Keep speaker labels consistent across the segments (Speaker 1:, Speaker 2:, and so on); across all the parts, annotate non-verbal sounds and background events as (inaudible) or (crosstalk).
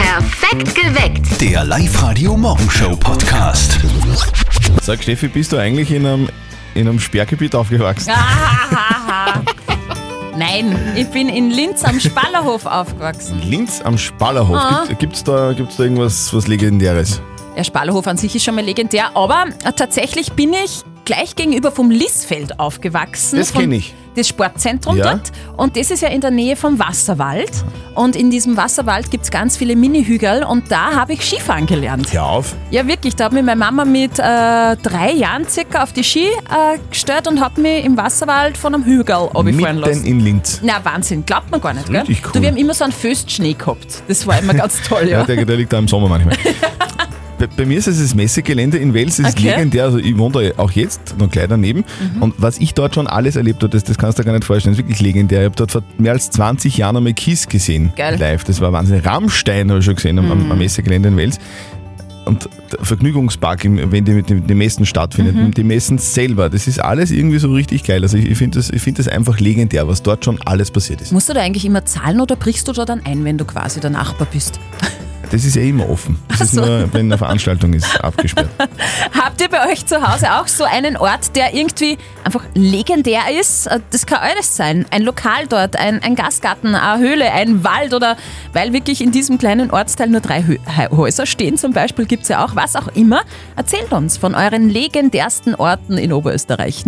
Speaker 1: Perfekt geweckt.
Speaker 2: Der Live-Radio Morgenshow Podcast.
Speaker 3: Sag Steffi, bist du eigentlich in einem, in einem Sperrgebiet aufgewachsen?
Speaker 4: Nein, ich bin in Linz am Spallerhof (laughs) aufgewachsen.
Speaker 3: Linz am Spallerhof. Gibt, gibt's, da, gibt's da irgendwas was Legendäres?
Speaker 4: Der Spallerhof an sich ist schon mal legendär, aber äh, tatsächlich bin ich gleich gegenüber vom Lissfeld aufgewachsen.
Speaker 3: Das
Speaker 4: Vom-
Speaker 3: kenn ich.
Speaker 4: Das Sportzentrum
Speaker 3: Ja.
Speaker 4: dort. Und das ist ja in der Nähe vom Wasserwald. Und in diesem Wasserwald gibt es ganz viele Mini-Hügel und da habe ich Skifahren gelernt.
Speaker 3: Hör auf.
Speaker 4: Ja, wirklich. Da hat mich meine Mama mit äh, drei Jahren circa auf die Ski äh, gestellt und hat mich im Wasserwald von einem Hügel runterfahren
Speaker 3: Mitten
Speaker 4: lassen.
Speaker 3: in Linz.
Speaker 4: Na, Wahnsinn. Glaubt man gar nicht, gell?
Speaker 3: Richtig cool.
Speaker 4: Du, wir haben immer so einen Föstschnee gehabt. Das war
Speaker 3: (laughs)
Speaker 4: immer ganz toll, ja.
Speaker 3: Ja, der, der liegt da im Sommer
Speaker 4: (laughs)
Speaker 3: manchmal. Bei, bei mir ist es das Messegelände in Wales, das ist
Speaker 4: Okay. Mhm.
Speaker 3: legendär. Also ich wohne da auch jetzt noch gleich daneben. Und was ich dort schon alles erlebt habe, das, das kannst du dir gar nicht vorstellen. Das ist wirklich legendär. Ich habe dort vor mehr als 20 Jahren einmal Kiss gesehen.
Speaker 4: Geil. Mhm.
Speaker 3: Live. Das war Wahnsinn. Rammstein habe ich schon gesehen am, am- am Messegelände in Wales. Und der Vergnügungspark, im- wenn die mit den den Messen stattfindet,
Speaker 4: Mhm.
Speaker 3: und die Messen selber, das ist alles irgendwie so richtig geil. Also ich, ich finde das, ich find das einfach legendär, was dort schon alles passiert ist.
Speaker 4: Musst du da eigentlich immer zahlen oder brichst du da dann ein, wenn du quasi der Nachbar bist?
Speaker 3: Das ist ja immer offen. Das ist nur, wenn eine Veranstaltung ist, abgesperrt.
Speaker 4: Habt ihr bei euch zu Hause auch so einen Ort, der irgendwie einfach legendär ist? Äh, Das kann alles sein. Ein Lokal dort, ein, ein Gastgarten, eine Höhle, ein Wald oder weil wirklich in diesem kleinen Ortsteil nur drei Hö Hä- Häuser stehen zum Beispiel, gibt es ja auch was auch immer. Erzählt uns von euren legendärsten Orten in Oberösterreich.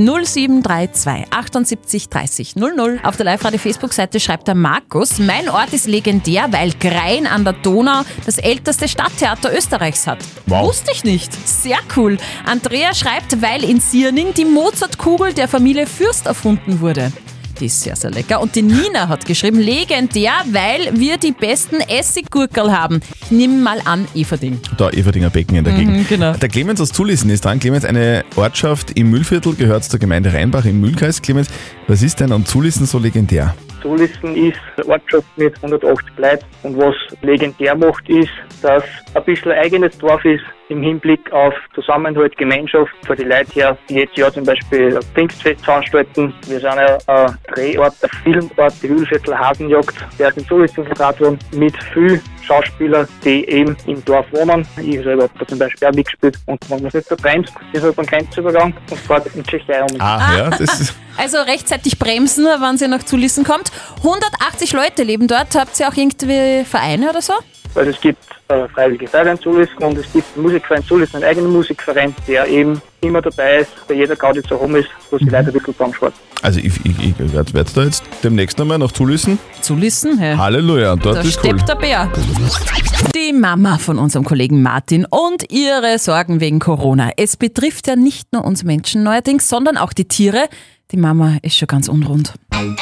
Speaker 4: 0732 78 30 00. Auf der Live-Radio Facebook-Seite schreibt der Markus, mein Ort ist legendär, weil Grein an der Donau das älteste Stadttheater Österreichs hat.
Speaker 3: Wow.
Speaker 4: Wusste ich nicht. Sehr cool. Andrea schreibt, weil in Sierning die Mozartkugel der Familie Fürst erfunden wurde. Die ist sehr, sehr lecker. Und die Nina hat geschrieben, legendär, weil wir die besten Essiggurkel haben. Ich nehme mal an, Everding.
Speaker 3: Da Everdinger Becken in der Gegend.
Speaker 4: genau.
Speaker 3: Der Clemens aus Zulissen ist dran. Clemens, eine Ortschaft im Mühlviertel gehört zur Gemeinde Rheinbach im Mühlkreis. Clemens, was ist denn an Zulissen so legendär?
Speaker 5: Zulissen ist eine Ortschaft mit 180 Leuten und was legendär macht, ist, dass ein bisschen ein eigenes Dorf ist im Hinblick auf Zusammenhalt, Gemeinschaft für die Leute her, die jetzt ja zum Beispiel ein Pfingstfest veranstalten. Wir sind ja ein Drehort, ein Filmort, die Hühlviertel Hasenjagd, der ist in Zulissen vertraut worden, mit viel Schauspieler, die eben im Dorf wohnen. Ich selber habe da zum Beispiel auch mitgespielt und man muss nicht verbremst, ist halt ein Grenzübergang und fährt in die Tschechei um.
Speaker 3: Ah, ja, das ist,
Speaker 4: Also rechtzeitig bremsen, wenn sie nach Zulissen kommt. 180 Leute leben dort. Habt ihr auch irgendwie Vereine oder so?
Speaker 5: Also es gibt äh, Freiwillige Feuerwehren Zulissen und es gibt einen Musikverein Zulissen, einen eigenen Musikverein, der eben immer dabei ist, bei jeder Gaudi zu Home ist, wo sie leider wirklich zusammenschwört.
Speaker 3: also ich, ich, ich werde da jetzt demnächst nochmal nach Zulissen.
Speaker 4: Zulissen? Hä?
Speaker 3: Halleluja, und dort
Speaker 4: Da
Speaker 3: ist cool.
Speaker 4: steppt der Bär. Die Mama von unserem Kollegen Martin und ihre Sorgen wegen Corona. Es betrifft ja nicht nur uns Menschen neuerdings, sondern auch die Tiere. Die Mama ist schon ganz unrund.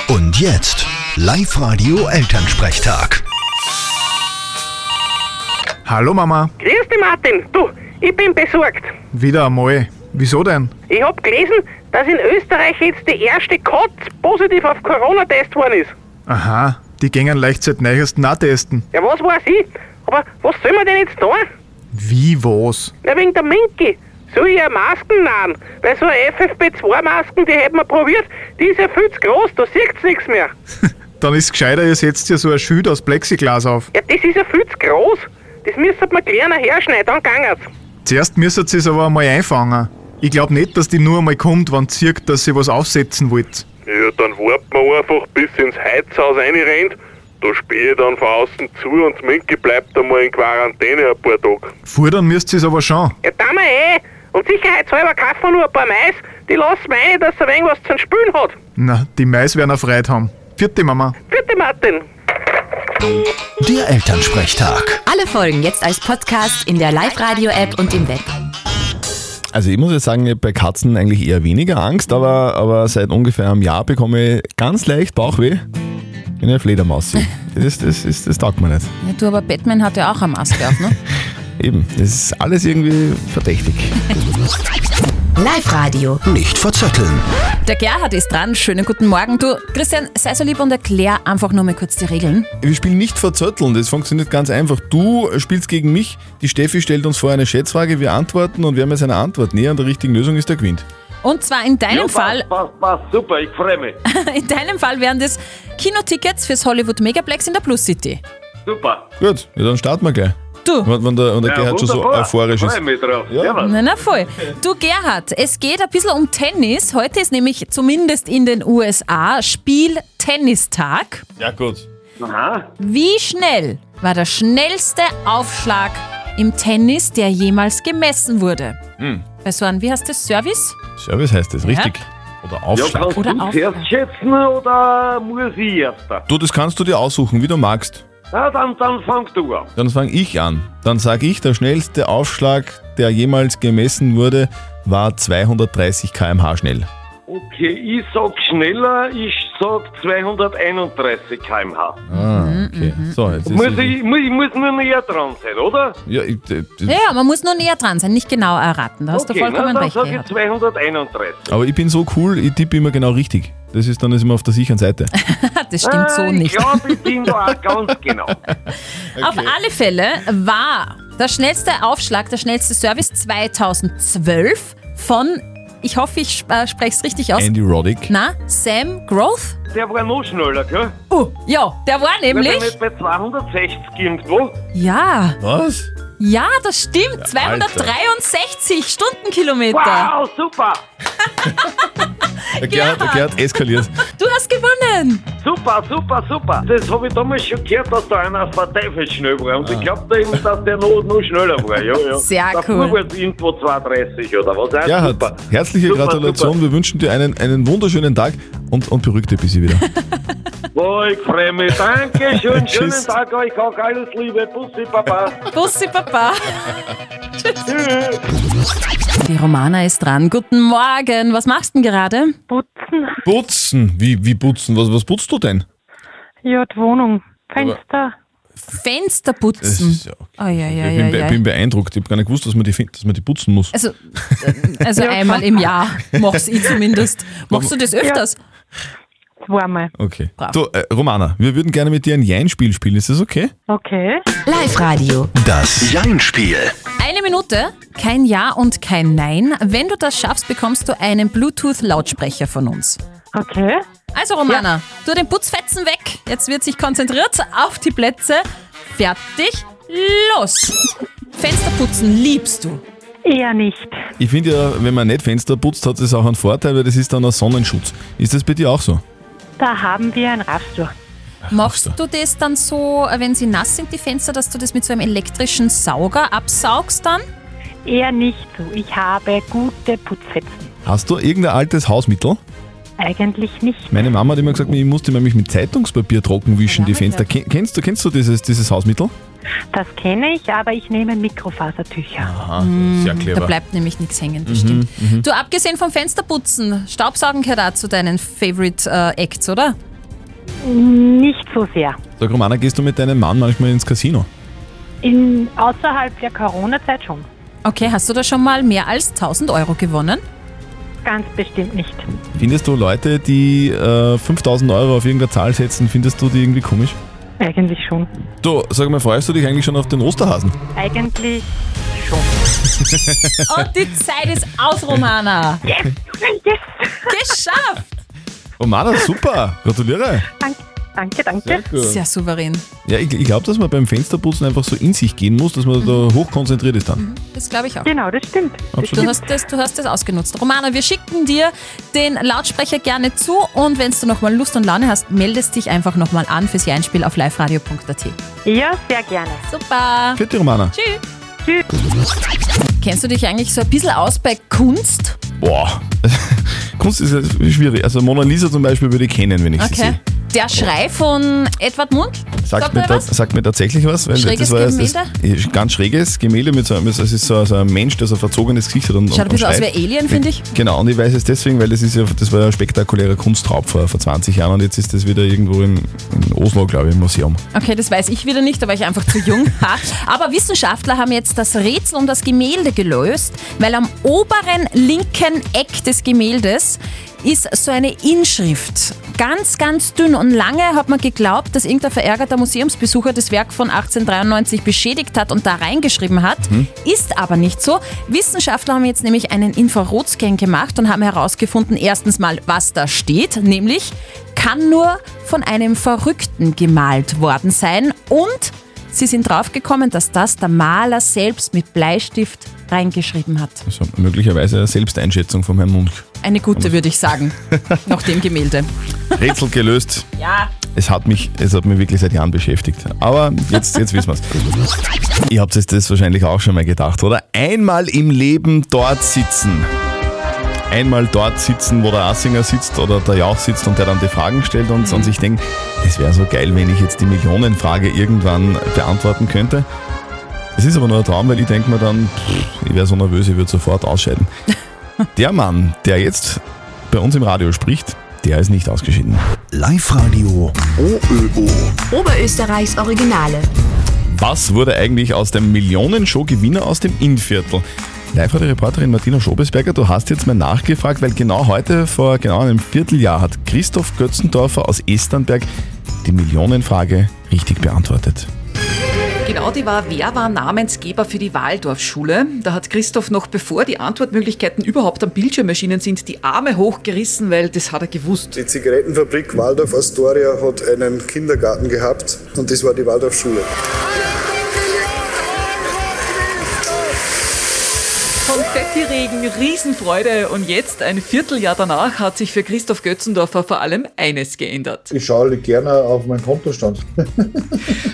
Speaker 2: Und jetzt Live-Radio Elternsprechtag.
Speaker 6: Hallo Mama,
Speaker 7: Grüß dich, Martin. Du, ich bin besorgt.
Speaker 6: wieder einmal. Wieso denn?
Speaker 7: Ich habe gelesen, dass in Österreich jetzt die erste Katze positiv auf Corona-Test worden ist.
Speaker 6: Aha, die gingen leicht seit neuesten auch testen.
Speaker 7: Ja, was weiß ich? Aber was soll man denn jetzt tun?
Speaker 6: Wie was?
Speaker 7: Na, wegen der Minki. Soll ich ja Masken nehmen? Weil so eine FFP2-Masken, die hätten wir probiert, die ist ja viel zu groß, da sieht's nichts mehr.
Speaker 6: Dann ist gescheiter, ihr setzt ja so ein Schild aus Plexiglas auf.
Speaker 7: Ja, das ist ja viel zu groß. Das müsste man kleiner herschneiden, dann gangert's.
Speaker 6: Zuerst müsstet ihr es aber einmal einfangen. Ich glaub nicht, dass die nur einmal kommt, wenn sie sieht, dass sie was aufsetzen wollt.
Speaker 8: Ja, dann warten wir einfach bis sie ins Heizhaus reinrennt. Da spähe ich dann von außen zu und das Minki bleibt einmal in Quarantäne ein paar Tage.
Speaker 6: Fordern müsst ihr es aber schon.
Speaker 7: Ja, tun wir eh. Und sicherheitshalber kaufen wir nur ein paar Mais, die lassen wir rein, dass er wegen was zum Spülen hat.
Speaker 6: Na, die Mais werden erfreut haben. Vierte Mama.
Speaker 7: Bitte, Martin.
Speaker 2: Der Elternsprechtag.
Speaker 9: Alle Folgen jetzt als Podcast in der Live-Radio-App und im Web.
Speaker 3: Also ich muss jetzt sagen, ich hab bei Katzen eigentlich eher weniger Angst, aber, aber seit ungefähr einem Jahr bekomme ich ganz leicht Bauchweh, wenn ich eine
Speaker 4: (laughs)
Speaker 3: Fledermaus sehe. Das, ist- das, ist- das taugt mir nicht.
Speaker 4: Ja, du, aber Batman hat ja auch eine Maske auf, ne?
Speaker 3: Eben, das ist alles irgendwie verdächtig.
Speaker 9: Live-Radio.
Speaker 2: Nicht verzetteln.
Speaker 4: Der Gerhard ist dran. Schönen guten Morgen. Du, Christian, sei so lieb und erklär einfach nur mal kurz die Regeln.
Speaker 3: Wir spielen nicht verzötteln, das funktioniert ganz einfach. Du spielst gegen mich, die Steffi stellt uns vorher eine Schätzfrage, wir antworten und wer mit seiner Antwort näher an der richtigen Lösung ist, der gewinnt.
Speaker 4: Und zwar in deinem Fall, (laughs)
Speaker 10: Passt, passt, super, ich freue mich.
Speaker 4: in deinem Fall wären das Kinotickets fürs Hollywood Megaplex in der Plus City.
Speaker 8: Super.
Speaker 3: Gut, ja, dann starten wir gleich.
Speaker 4: Du.
Speaker 3: Wenn, wenn der, wenn der
Speaker 8: Ja,
Speaker 3: Gerhard schon so
Speaker 8: wunderbar.
Speaker 3: euphorisch
Speaker 8: Freue
Speaker 3: ist.
Speaker 8: mich drauf.
Speaker 3: Ja.
Speaker 8: Servus.
Speaker 4: Na, na voll. Du Gerhard, es geht ein bisschen um Tennis. Heute ist nämlich zumindest in den USA Spiel-Tennistag.
Speaker 3: Ja, gut.
Speaker 8: Aha.
Speaker 4: Wie schnell war der schnellste Aufschlag im Tennis, der jemals gemessen wurde?
Speaker 8: Hm.
Speaker 4: Bei so einem, wie heißt das, Service?
Speaker 3: Service heißt das, richtig. Oder
Speaker 8: Ja,
Speaker 3: Aufschlag.
Speaker 8: kannst
Speaker 4: Oder
Speaker 8: du
Speaker 4: auf-
Speaker 8: zuerst schätzen oder muss ich erst?
Speaker 3: du, das kannst du dir aussuchen, wie du magst.
Speaker 8: Na, dann, dann fangst du an.
Speaker 3: Dann fange ich an. Dann sage ich, der schnellste Aufschlag, der jemals gemessen wurde, war 230 km/h schnell.
Speaker 8: Okay, ich sag schneller, ich sag 231 km/h.
Speaker 3: Ah, okay. So, jetzt ist
Speaker 8: Muss ich, muss, ich muss nur näher dran sein, oder?
Speaker 3: Ja, ich, äh, d- d-
Speaker 4: Ja, ja, man muss nur näher dran sein, nicht genau erraten. Da hast
Speaker 8: okay,
Speaker 4: du
Speaker 8: na,
Speaker 4: vollkommen
Speaker 8: dann
Speaker 4: recht,
Speaker 8: sag ich
Speaker 4: Gerhard.
Speaker 8: 231.
Speaker 3: aber ich bin so cool, ich tippe immer genau richtig. Das ist dann ist immer auf der sicheren (laughs) Seite.
Speaker 4: Das stimmt so
Speaker 8: Ah,
Speaker 4: nicht.
Speaker 8: Ich glaube, ich bin da auch
Speaker 4: (laughs)
Speaker 8: ganz genau.
Speaker 4: Auf alle Fälle war der schnellste Aufschlag, der schnellste Service 2012 von, ich hoffe, ich sp- äh, spreche es richtig aus,
Speaker 3: Andy Roddick.
Speaker 4: na, Sam Growth?
Speaker 8: Der war noch schneller, gell?
Speaker 4: Oh, ja, der war
Speaker 8: War der
Speaker 4: nämlich.
Speaker 8: nicht bei 260 irgendwo?
Speaker 4: Ja,
Speaker 3: (laughs) Was?
Speaker 4: ja, das stimmt. 263 Stundenkilometer.
Speaker 8: Wow, super!
Speaker 3: Der Gerhard, der Gerhard (laughs) eskaliert.
Speaker 4: Du hast gewonnen.
Speaker 8: Super, super, super. Das habe ich damals schon gehört, dass da einer verteufelt schnell war.
Speaker 3: Ah.
Speaker 8: Und ich glaube eben, dass der noch, noch schneller war. Ja, ja.
Speaker 4: Sehr
Speaker 8: Davor
Speaker 4: cool.
Speaker 8: war es irgendwo 230 oder was? Ja,
Speaker 3: Gerhard,
Speaker 8: super.
Speaker 3: herzliche
Speaker 8: Super,
Speaker 3: Gratulation.
Speaker 8: super.
Speaker 3: Wir wünschen dir einen, einen wunderschönen Tag und, und beruhig dich ein bisschen wieder.
Speaker 8: Boah, ich freue
Speaker 3: (laughs)
Speaker 8: mich. Danke schön.
Speaker 3: Tschüss.
Speaker 8: Schönen Tag euch auch. Alles Liebe. Bussi, Papa.
Speaker 4: Bussi, Papa. Tschüss. Die Romana ist dran. Guten Morgen. Was machst du denn gerade?
Speaker 7: Putzen.
Speaker 3: (laughs) putzen? Wie, wie putzen? Was, was putzt du denn?
Speaker 7: Ja, die Wohnung. Fenster.
Speaker 4: Fenster putzen.
Speaker 3: ja, okay.
Speaker 4: Oh, ja, ja,
Speaker 3: ich bin,
Speaker 4: ja,
Speaker 3: be-
Speaker 4: ja.
Speaker 3: bin beeindruckt. Ich habe gar nicht gewusst, dass man die, fin- dass man die putzen muss.
Speaker 4: Also, äh, also einmal im Jahr mach's ich zumindest. Machst du das öfters?
Speaker 7: Zweimal.
Speaker 3: Okay. Du, äh, Romana, wir würden gerne mit dir ein Jein-Spiel spielen. Ist das okay?
Speaker 7: Okay.
Speaker 1: Live-Radio.
Speaker 2: Das Jein-Spiel.
Speaker 4: Eine Minute, kein Ja und kein Nein. Wenn du das schaffst, bekommst du einen Bluetooth-Lautsprecher von uns.
Speaker 7: Okay.
Speaker 4: Also Romana, tu den Putzfetzen weg. Jetzt wird sich konzentriert auf die Plätze. Fertig, los. Fensterputzen liebst du.
Speaker 7: Eher nicht.
Speaker 3: Ich finde ja, wenn man nicht Fenster putzt, hat das auch einen Vorteil, weil das ist dann ein Sonnenschutz. Ist das bei dir auch so?
Speaker 7: Da haben wir ein Rastur.
Speaker 4: Machst du das dann so, äh, wenn sie nass sind, die Fenster, dass du das mit so einem elektrischen Sauger absaugst dann?
Speaker 7: Eher nicht so. Ich habe gute Putzfetzen.
Speaker 3: Hast du irgendein altes Hausmittel?
Speaker 7: Eigentlich nicht.
Speaker 3: Meine Mama hat immer gesagt, ich musste nämlich mit Zeitungspapier trocken wischen, die Fenster. Ken- Kennst du, kennst du dieses, dieses Hausmittel?
Speaker 7: Das kenne ich, aber ich nehme Mikrofasertücher.
Speaker 3: Ah, sehr
Speaker 4: Hm, Da bleibt nämlich nichts hängen, das stimmt. Du, abgesehen vom Fensterputzen, Staubsaugen gehört auch zu deinen Favorite äh, Acts, oder?
Speaker 7: Nicht so sehr.
Speaker 3: Sag Romana, gehst du mit deinem Mann manchmal ins Casino?
Speaker 7: In, außerhalb der Corona-Zeit schon.
Speaker 4: Okay, hast du da schon mal mehr als 1000 Euro gewonnen?
Speaker 7: Ganz bestimmt nicht.
Speaker 3: Findest du Leute, die äh, 5000 Euro auf irgendeine Zahl setzen, findest du die irgendwie komisch?
Speaker 7: Eigentlich schon.
Speaker 3: Du, sag mal, freust du dich eigentlich schon auf den Osterhasen?
Speaker 7: Eigentlich (laughs) schon.
Speaker 4: Und die Zeit ist aus, Romana.
Speaker 7: Yes.
Speaker 4: Geschafft!
Speaker 3: Romana,
Speaker 4: (laughs)
Speaker 3: super! Gratuliere!
Speaker 7: Danke, danke. danke.
Speaker 4: Sehr souverän.
Speaker 3: Ja, ich, ich glaube, dass man beim Fensterputzen einfach so in sich gehen muss, dass man da hochkonzentriert ist dann.
Speaker 4: Das glaube ich auch.
Speaker 7: Genau, das stimmt. Das
Speaker 3: Absolut.
Speaker 4: Mhm. Du
Speaker 7: stimmt.
Speaker 4: hast, das, du hast das ausgenutzt. Romana, wir schicken dir den Lautsprecher gerne zu und wenn du nochmal Lust und Laune hast, meldest dich einfach nochmal an fürs Jeinspiel auf liveradio.at.
Speaker 7: Ja, sehr gerne.
Speaker 4: Super.
Speaker 3: Vierte Romana.
Speaker 4: Tschüss. Kennst du dich eigentlich so ein bisschen aus bei Kunst?
Speaker 3: Boah. (laughs) Kunst ist ja schwierig. Also Mona Lisa zum Beispiel würde ich kennen, wenn ich sie
Speaker 4: Okay.
Speaker 3: sehe.
Speaker 4: Der Schrei von Edward Mund?
Speaker 3: Sagt mir, ta- sagt mir tatsächlich was. Weil
Speaker 4: Schräges
Speaker 3: das war ja Das,
Speaker 4: Gemälde? ganz
Speaker 3: ganz schräges Gemälde mit so einem, also es ist so, so ein Mensch, der so ein verzogenes Gesicht hat. Und,
Speaker 4: Schaut ein
Speaker 3: und,
Speaker 4: bisschen
Speaker 3: und
Speaker 4: aus wie
Speaker 3: schreit.
Speaker 4: Alien, finde ich.
Speaker 3: Genau, und ich weiß es deswegen, weil das, ist ja, das war ja ein spektakulärer Kunstraub vor, vor 20 Jahren und jetzt ist das wieder irgendwo in, in Oslo, glaube ich, im Museum.
Speaker 4: Okay, das weiß ich wieder nicht, da war ich einfach zu jung. Ha. Aber Wissenschaftler haben jetzt das Rätsel um das Gemälde gelöst, weil am oberen linken Eck des Gemäldes ist so eine Inschrift. Ganz, ganz dünn und lange hat man geglaubt, dass irgendein verärgerter Museumsbesucher das Werk von 1893 beschädigt hat und da reingeschrieben hat. Ist aber nicht so. Wissenschaftler haben jetzt nämlich einen Infrarotscan gemacht und haben herausgefunden, erstens mal, was da steht, nämlich kann nur von einem Verrückten gemalt worden sein und Sie sind draufgekommen, dass das der Maler selbst mit Bleistift reingeschrieben hat.
Speaker 3: Also möglicherweise eine Selbsteinschätzung von Herrn Munk.
Speaker 4: Eine gute, würde ich sagen, nach dem Gemälde.
Speaker 3: Rätsel gelöst.
Speaker 4: Ja.
Speaker 3: Es hat mich, es hat mich wirklich seit Jahren beschäftigt. Aber jetzt, jetzt wissen wir es. Ihr habt euch das wahrscheinlich auch schon mal gedacht, oder? Einmal im Leben dort sitzen. Einmal dort sitzen, wo der Assinger sitzt oder der Jauch sitzt und der dann die Fragen stellt und, und sich denkt, es wäre so geil, wenn ich jetzt die Millionenfrage irgendwann beantworten könnte. Es ist aber nur ein Traum, weil ich denke mir dann, pff, ich wäre so nervös, ich würde sofort ausscheiden. Der Mann, der jetzt bei uns im Radio spricht, der ist nicht ausgeschieden.
Speaker 2: Live-Radio OÖO.
Speaker 1: Oberösterreichs Originale.
Speaker 3: Was wurde eigentlich aus dem Millionenshow-Gewinner aus dem Innviertel? Live-Radio-Reporterin Martina Schobesberger, du hast jetzt mal nachgefragt, weil genau heute, vor genau einem Vierteljahr, hat Christoph Götzendorfer aus Esternberg die Millionenfrage richtig beantwortet.
Speaker 11: Genau, die war, wer war Namensgeber für die Waldorfschule? Da hat Christoph noch, bevor die Antwortmöglichkeiten überhaupt am Bildschirm erschienen sind, die Arme hochgerissen, weil das hat er gewusst.
Speaker 6: Die Zigarettenfabrik Waldorf Astoria hat einen Kindergarten gehabt und das war die Waldorfschule.
Speaker 11: Konfettiregen, Riesenfreude und jetzt, ein Vierteljahr danach, hat sich für Christoph Götzendorfer vor allem eines geändert.
Speaker 6: Ich schaue gerne auf meinen Kontostand.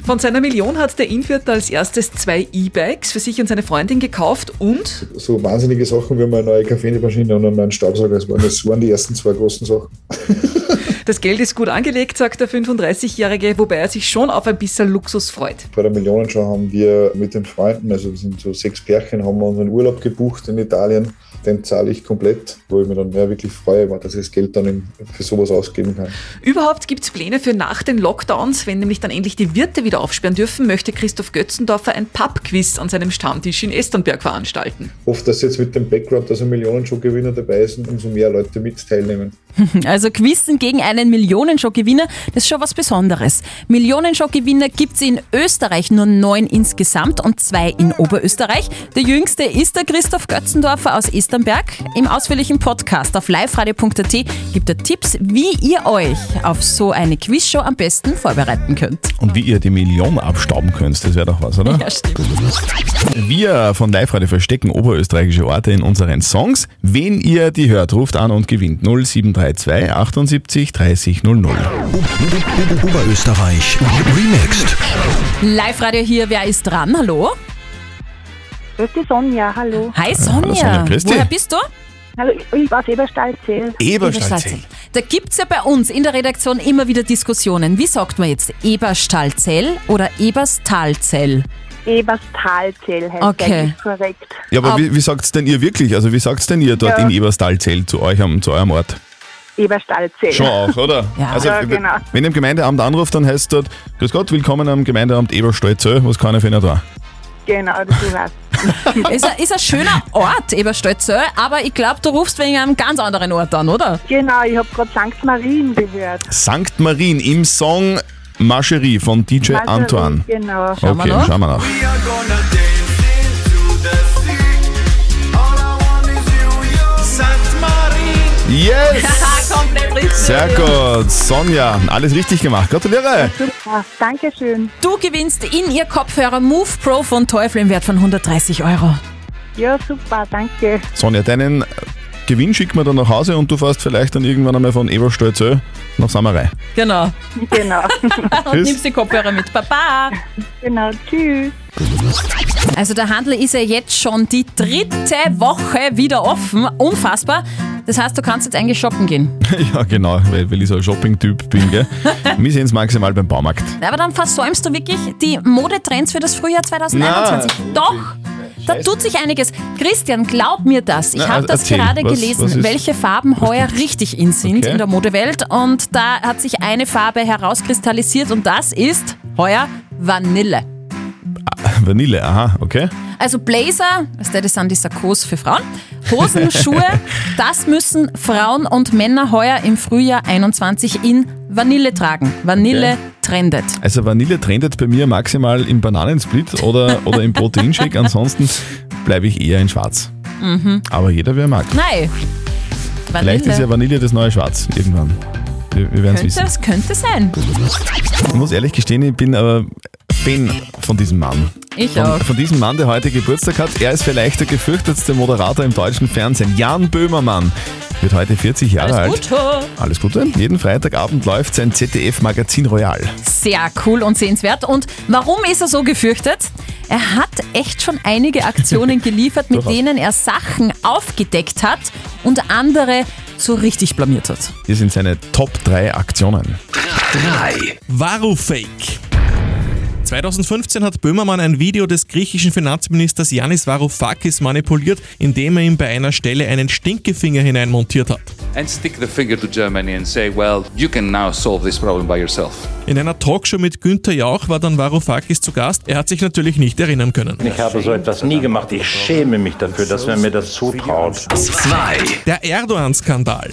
Speaker 11: Von seiner Million hat der Invierter als erstes zwei E-Bikes für sich und seine Freundin gekauft und
Speaker 6: So wahnsinnige Sachen wie mal eine neue Kaffeemaschine und einen neuen Staubsauger. Das waren, das waren die ersten zwei großen Sachen.
Speaker 11: das Geld ist gut angelegt, sagt der 35-Jährige, wobei er sich schon auf ein bisschen Luxus freut.
Speaker 6: Bei der Millionenschau haben wir mit den Freunden, also wir sind so sechs Pärchen, haben wir unseren Urlaub gebucht in Italien. Den zahle ich komplett, wo ich mir dann ja, wirklich freue, dass ich das Geld dann in, für sowas ausgeben kann.
Speaker 11: Überhaupt gibt es Pläne für nach den Lockdowns, wenn nämlich dann endlich die Wirte wieder aufsperren dürfen, möchte Christoph Götzendorfer ein Pub-Quiz an seinem Stammtisch in Esternberg veranstalten.
Speaker 6: Hoffe, dass jetzt mit dem Background, dass ein Millionenshow-Gewinner dabei ist, umso mehr Leute mit teilnehmen.
Speaker 4: Also Quizzen gegen einen Millionenshow-Gewinner, das ist schon was Besonderes. Millionenshow-Gewinner gibt es in Österreich nur neun insgesamt und zwei in Oberösterreich. Der jüngste ist der Christoph Götzendorfer aus Esternberg. Im ausführlichen Podcast auf liveradio.at gibt er Tipps, wie ihr euch auf so eine Quizshow am besten vorbereiten könnt.
Speaker 3: Und wie ihr die Million abstauben könnt, das wäre doch was, oder?
Speaker 4: (laughs) Ja, stimmt.
Speaker 3: Wir von Live Radio verstecken oberösterreichische Orte in unseren Songs. Wenn ihr die hört, ruft an und gewinnt 0732 78 30 00.
Speaker 2: Oberösterreich Remixed.
Speaker 4: Live-Radio hier, wer ist dran? Hallo?
Speaker 7: Das ist Sonja, hallo.
Speaker 4: Hi
Speaker 3: hallo Sonja,
Speaker 4: Sonja.
Speaker 3: grüß dich.
Speaker 4: Woher bist du?
Speaker 7: Hallo, ich- ich war Eberstallzell.
Speaker 3: Eberstadt.
Speaker 4: Da gibt es ja bei uns in der Redaktion immer wieder Diskussionen. Wie sagt man jetzt? Eberstallzell oder
Speaker 3: (laughs)
Speaker 4: Eberstalzell?
Speaker 7: Eberstalzell heißt
Speaker 4: Okay.
Speaker 7: eigentlich korrekt.
Speaker 3: Ja, aber wie, wie sagt's denn ihr wirklich? Also wie sagt's denn ihr dort
Speaker 7: Ja.
Speaker 3: in Eberstalzell zu euch am, zu eurem Ort?
Speaker 7: Eberstalzell.
Speaker 3: Schon auch, oder?
Speaker 4: Ja.
Speaker 3: also,
Speaker 7: Ja,
Speaker 3: w-
Speaker 7: genau.
Speaker 3: Wenn ihr im Gemeindeamt anruft, dann heißt es dort, Grüß Gott, willkommen am Gemeindeamt Eberstalzell, was kann ich für Ihnen da?
Speaker 7: Genau, du warst.
Speaker 4: Ist ein, ist ein schöner Ort, Eberstalzell, aber ich glaube, du rufst wegen einem ganz anderen Ort an, (laughs) oder?
Speaker 7: Genau, ich habe gerade St. Marien gehört.
Speaker 3: Sankt Marien im Song Marcherie von DJ
Speaker 7: Also,
Speaker 3: Antoine.
Speaker 7: Genau.
Speaker 4: Schauen wir
Speaker 3: okay,
Speaker 4: nach.
Speaker 3: schauen wir nach. Yes!
Speaker 4: Komplett richtig.
Speaker 3: Sehr gut, Sonja, alles richtig gemacht. Gratuliere!
Speaker 7: Super, Ah, Dankeschön.
Speaker 4: Du gewinnst in ihr Kopfhörer Move Pro von Teufel im Wert von 130 Euro.
Speaker 7: Ja, super, danke. (laughs)
Speaker 3: Sonja, deinen Gewinn schicken wir dann nach Hause und du fährst vielleicht dann irgendwann einmal von Eberstalzell nach Samarei.
Speaker 4: Genau.
Speaker 7: Genau,
Speaker 4: (laughs)
Speaker 7: (laughs)
Speaker 4: Und nimmst die Kopfhörer mit. Baba.
Speaker 7: genau, tschüss.
Speaker 4: Also der Handel ist ja jetzt schon die dritte Woche wieder offen. Unfassbar. Das heißt, du kannst jetzt eigentlich shoppen gehen.
Speaker 3: (laughs) Ja, genau, weil, weil ich so ein Shopping-Typ bin,
Speaker 4: (laughs)
Speaker 3: gell? Wir sehen es maximal beim Baumarkt.
Speaker 4: Na, Aber dann versäumst du wirklich die Modetrends für das Frühjahr 2021. Doch! Da tut sich einiges. Christian, glaub mir das. Ich
Speaker 3: Na,
Speaker 4: habe das
Speaker 3: erzähl,
Speaker 4: gerade
Speaker 3: was-
Speaker 4: gelesen,
Speaker 3: was ist-
Speaker 4: welche Farben heuer richtig in sind
Speaker 3: Okay.
Speaker 4: in der Modewelt. Und da hat sich eine Farbe herauskristallisiert und das ist heuer Vanille.
Speaker 3: Vanille, aha, okay.
Speaker 4: Also Blazer, weißt du, das sind die Sakkos für Frauen.
Speaker 3: (laughs)
Speaker 4: Hosen, Schuhe, das müssen Frauen und Männer heuer im Frühjahr 21 in Vanille tragen. Vanille
Speaker 3: Okay.
Speaker 4: trendet.
Speaker 3: Also Vanille trendet bei mir maximal im Bananensplit oder, oder im
Speaker 4: (laughs)
Speaker 3: Proteinshake, ansonsten bleibe ich eher in Schwarz. Aber jeder, wer mag.
Speaker 4: Nein. Mhm. Vanille.
Speaker 3: Vielleicht ist ja Vanille das neue Schwarz irgendwann. Wir, wir werden es
Speaker 4: Könnte,
Speaker 3: wissen.
Speaker 4: es könnte sein.
Speaker 3: Ich muss ehrlich gestehen, ich bin aber äh, Fan von diesem Mann.
Speaker 4: Ich
Speaker 3: von, (laughs)
Speaker 4: auch.
Speaker 3: Von diesem Mann, der heute Geburtstag hat. Er ist vielleicht der gefürchtetste Moderator im deutschen Fernsehen. Jan Böhmermann wird heute 40 Jahre alt.
Speaker 4: Alles Gute.
Speaker 3: Alles Gute. Jeden Freitagabend läuft sein ZDF-Magazin Royal.
Speaker 4: Sehr cool und sehenswert. Und warum ist er so gefürchtet? Er hat echt schon
Speaker 3: (laughs)
Speaker 4: einige Aktionen geliefert, mit
Speaker 3: Durchaus.
Speaker 4: denen er Sachen aufgedeckt hat und andere so richtig blamiert hat.
Speaker 3: Hier sind seine Top 3 Aktionen.
Speaker 2: 3. Varoufake. 2015 hat Böhmermann ein Video des griechischen Finanzministers Yanis Varoufakis manipuliert, indem er ihm bei einer Stelle einen Stinkefinger hineinmontiert hat.
Speaker 12: and stick the finger to Germany and say, well, you can now solve this problem by yourself.
Speaker 2: In einer Talkshow mit Günther Jauch war dann Varoufakis zu Gast. Er hat sich natürlich nicht erinnern können.
Speaker 13: Ich habe so etwas nie gemacht. Ich schäme mich dafür, dass man mir das zutraut.
Speaker 2: Der Erdogan-Skandal.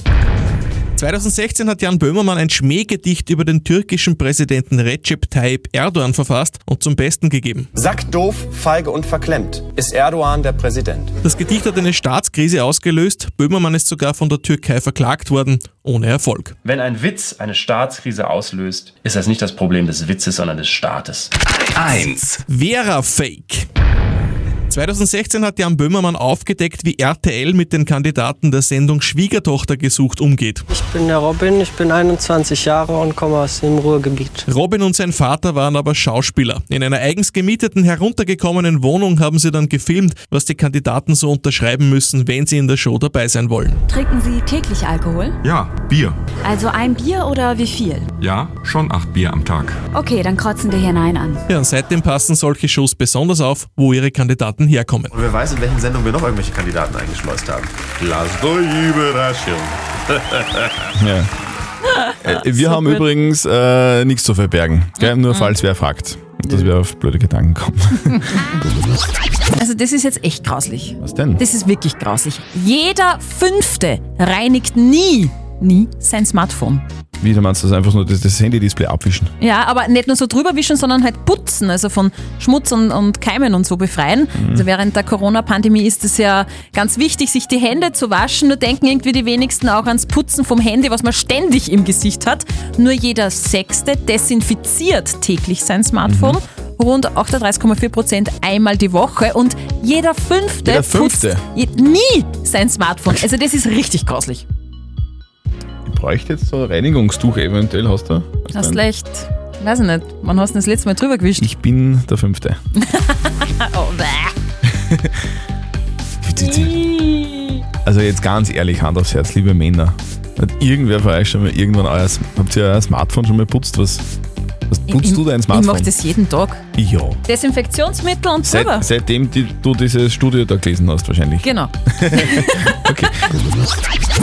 Speaker 2: 2016 hat Jan Böhmermann ein Schmähgedicht über den türkischen Präsidenten Recep Tayyip Erdogan verfasst und zum Besten gegeben.
Speaker 14: Sackdoof, feige und verklemmt ist Erdogan der Präsident.
Speaker 2: Das Gedicht hat eine Staatskrise ausgelöst. Böhmermann ist sogar von der Türkei verklagt worden, ohne Erfolg.
Speaker 15: Wenn ein Witz eine Staatskrise auslöst, ist das nicht das Problem des Witzes, sondern des Staates.
Speaker 2: 1. Vera Fake. 2016 hat Jan Böhmermann aufgedeckt, wie RTL mit den Kandidaten der Sendung Schwiegertochter gesucht umgeht.
Speaker 5: Ich bin der Robin, ich bin 21 Jahre und komme aus dem Ruhrgebiet.
Speaker 2: Robin und sein Vater waren aber Schauspieler. In einer eigens gemieteten, heruntergekommenen Wohnung haben sie dann gefilmt, was die Kandidaten so unterschreiben müssen, wenn sie in der Show dabei sein wollen.
Speaker 16: Trinken Sie täglich Alkohol?
Speaker 17: Ja, Bier.
Speaker 16: Also ein Bier oder wie viel?
Speaker 17: Ja, schon acht Bier am Tag.
Speaker 16: Okay, dann krotzen wir hier Nein an.
Speaker 2: Ja, und seitdem passen solche Shows besonders auf, wo ihre Kandidaten herkommen.
Speaker 6: Und wer weiß, in welchen Sendungen wir noch irgendwelche Kandidaten eingeschleust haben. Lasst euch überraschen.
Speaker 4: (laughs)
Speaker 3: Ja. Äh, Wir haben übrigens äh, nichts zu verbergen. Gell? Nur
Speaker 4: Mhm.
Speaker 3: falls wer fragt, dass wir auf blöde Gedanken kommen.
Speaker 4: (laughs) Also das ist jetzt echt grauslich.
Speaker 3: Was denn?
Speaker 4: Das ist wirklich grauslich. Jeder Fünfte reinigt nie, nie sein Smartphone.
Speaker 3: Wie du meinst, das einfach nur das, das Handy-Display abwischen.
Speaker 4: Ja, aber nicht nur so drüber wischen, sondern halt putzen, also von Schmutz und, und Keimen und so befreien.
Speaker 3: Mhm.
Speaker 4: Also während der Corona-Pandemie ist es ja ganz wichtig, sich die Hände zu waschen. Nur denken irgendwie die wenigsten auch ans Putzen vom Handy, was man ständig im Gesicht hat. Nur jeder Sechste desinfiziert täglich sein Smartphone. Rund 38,4 Prozent einmal die Woche und jeder Fünfte,
Speaker 3: Jeder Fünfte?
Speaker 4: putzt je- nie sein Smartphone. Also das ist richtig grauslich.
Speaker 3: Ich bräuchte jetzt so ein Reinigungstuch eventuell, hast du?
Speaker 4: Hast
Speaker 3: du ein-
Speaker 4: leicht, weiß ich nicht, wann hast du denn das letzte Mal drüber gewischt?
Speaker 3: Ich bin der
Speaker 4: (laughs)
Speaker 3: Fünfte.
Speaker 4: oh, bäh.
Speaker 3: (laughs) Also jetzt ganz ehrlich, Hand aufs Herz, liebe Männer. Hat irgendwer von euch schon mal irgendwann euer, habt ihr euer Smartphone schon mal putzt? Was, was putzt du dein
Speaker 4: Ich
Speaker 3: Smartphone?
Speaker 4: mache das jeden Tag.
Speaker 3: Ja.
Speaker 4: Desinfektionsmittel und
Speaker 3: Seit,
Speaker 4: drüber.
Speaker 3: seitdem die, du dieses Studio da gelesen hast, wahrscheinlich.
Speaker 4: Genau.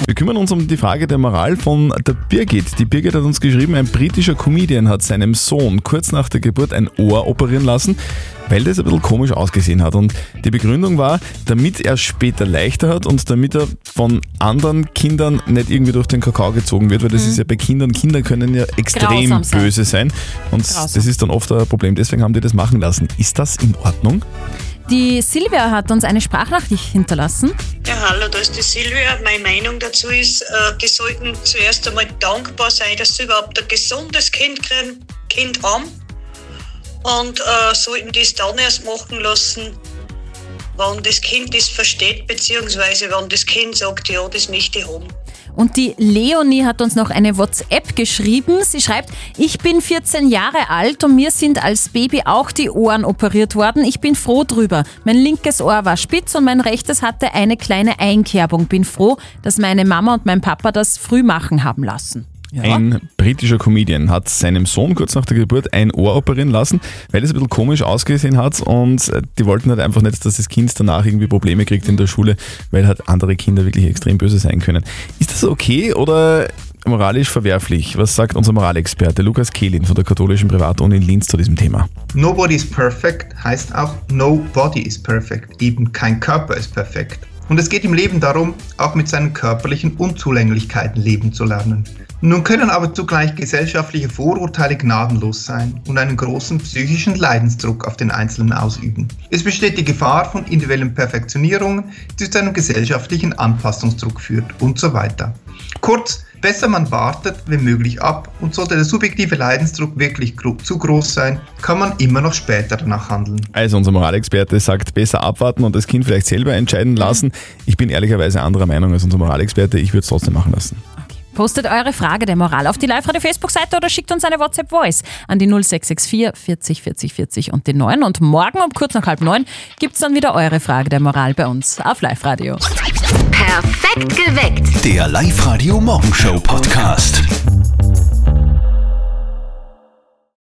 Speaker 3: Wir kümmern uns um die Frage der Moral von der Birgit. Die Birgit hat uns geschrieben, ein britischer Comedian hat seinem Sohn kurz nach der Geburt ein Ohr operieren lassen, weil das ein bisschen komisch ausgesehen hat. Und die Begründung war, damit er es später leichter hat und damit er von anderen Kindern nicht irgendwie durch den Kakao gezogen wird, weil das ist ja bei Kindern, Kinder können ja extrem
Speaker 18: Mhm. Grausam sein.
Speaker 3: böse sein. Und
Speaker 4: Grausam.
Speaker 3: das ist dann oft ein Problem, deswegen haben die das machen lassen. Ist das in Ordnung?
Speaker 4: Die Silvia hat uns eine Sprachnachricht hinterlassen.
Speaker 19: Ja, hallo, da ist die Silvia. Meine Meinung dazu ist, äh, wir sollten zuerst einmal dankbar sein, dass sie überhaupt ein gesundes Kind, kriegen, kind haben und äh, sollten das dann erst machen lassen, wann das Kind das versteht, beziehungsweise wann das Kind sagt, ja, das möchte ich haben.
Speaker 4: Und die Leonie hat uns noch eine WhatsApp geschrieben. Sie schreibt, ich bin 14 Jahre alt und mir sind als Baby auch die Ohren operiert worden. Ich bin froh drüber. Mein linkes Ohr war spitz und mein rechtes hatte eine kleine Einkerbung. Bin froh, dass meine Mama und mein Papa das früh machen haben lassen.
Speaker 3: Ein britischer Comedian hat seinem Sohn kurz nach der Geburt ein Ohr operieren lassen, weil es ein bisschen komisch ausgesehen hat und äh, die wollten halt einfach nicht, dass das Kind danach irgendwie Probleme kriegt in der Schule, weil halt andere Kinder wirklich extrem böse sein können. Ist das okay oder moralisch verwerflich? Was sagt unser Moralexperte Lukas Kehlin von der katholischen Privatuni in Linz zu diesem Thema?
Speaker 7: Nobody is perfect heißt auch nobody is perfect. Eben kein Körper ist perfekt. Und es geht im Leben darum, auch mit seinen körperlichen Unzulänglichkeiten leben zu lernen. Nun können aber zugleich gesellschaftliche Vorurteile gnadenlos sein und einen großen psychischen Leidensdruck auf den Einzelnen ausüben. Es besteht die Gefahr von individuellen Perfektionierungen, die zu einem gesellschaftlichen Anpassungsdruck führt und so weiter. Kurz, Besser man wartet, wenn möglich, ab und sollte der subjektive Leidensdruck wirklich gro zu groß sein, kann man immer noch später danach handeln.
Speaker 3: Also unser Moralexperte sagt, besser abwarten und das Kind vielleicht selber entscheiden lassen. Ich bin ehrlicherweise anderer Meinung als unser Moralexperte. Ich würde es trotzdem machen lassen.
Speaker 4: Postet eure Frage der Moral auf die Live-Radio Facebook-Seite oder schickt uns eine WhatsApp-Voice an die 0664 40 40 40 und den 9. Und morgen um kurz nach halb neun gibt's dann wieder eure Frage der Moral bei uns auf Live-Radio.
Speaker 1: Perfekt geweckt.
Speaker 2: Der Live-Radio Morgenshow Podcast.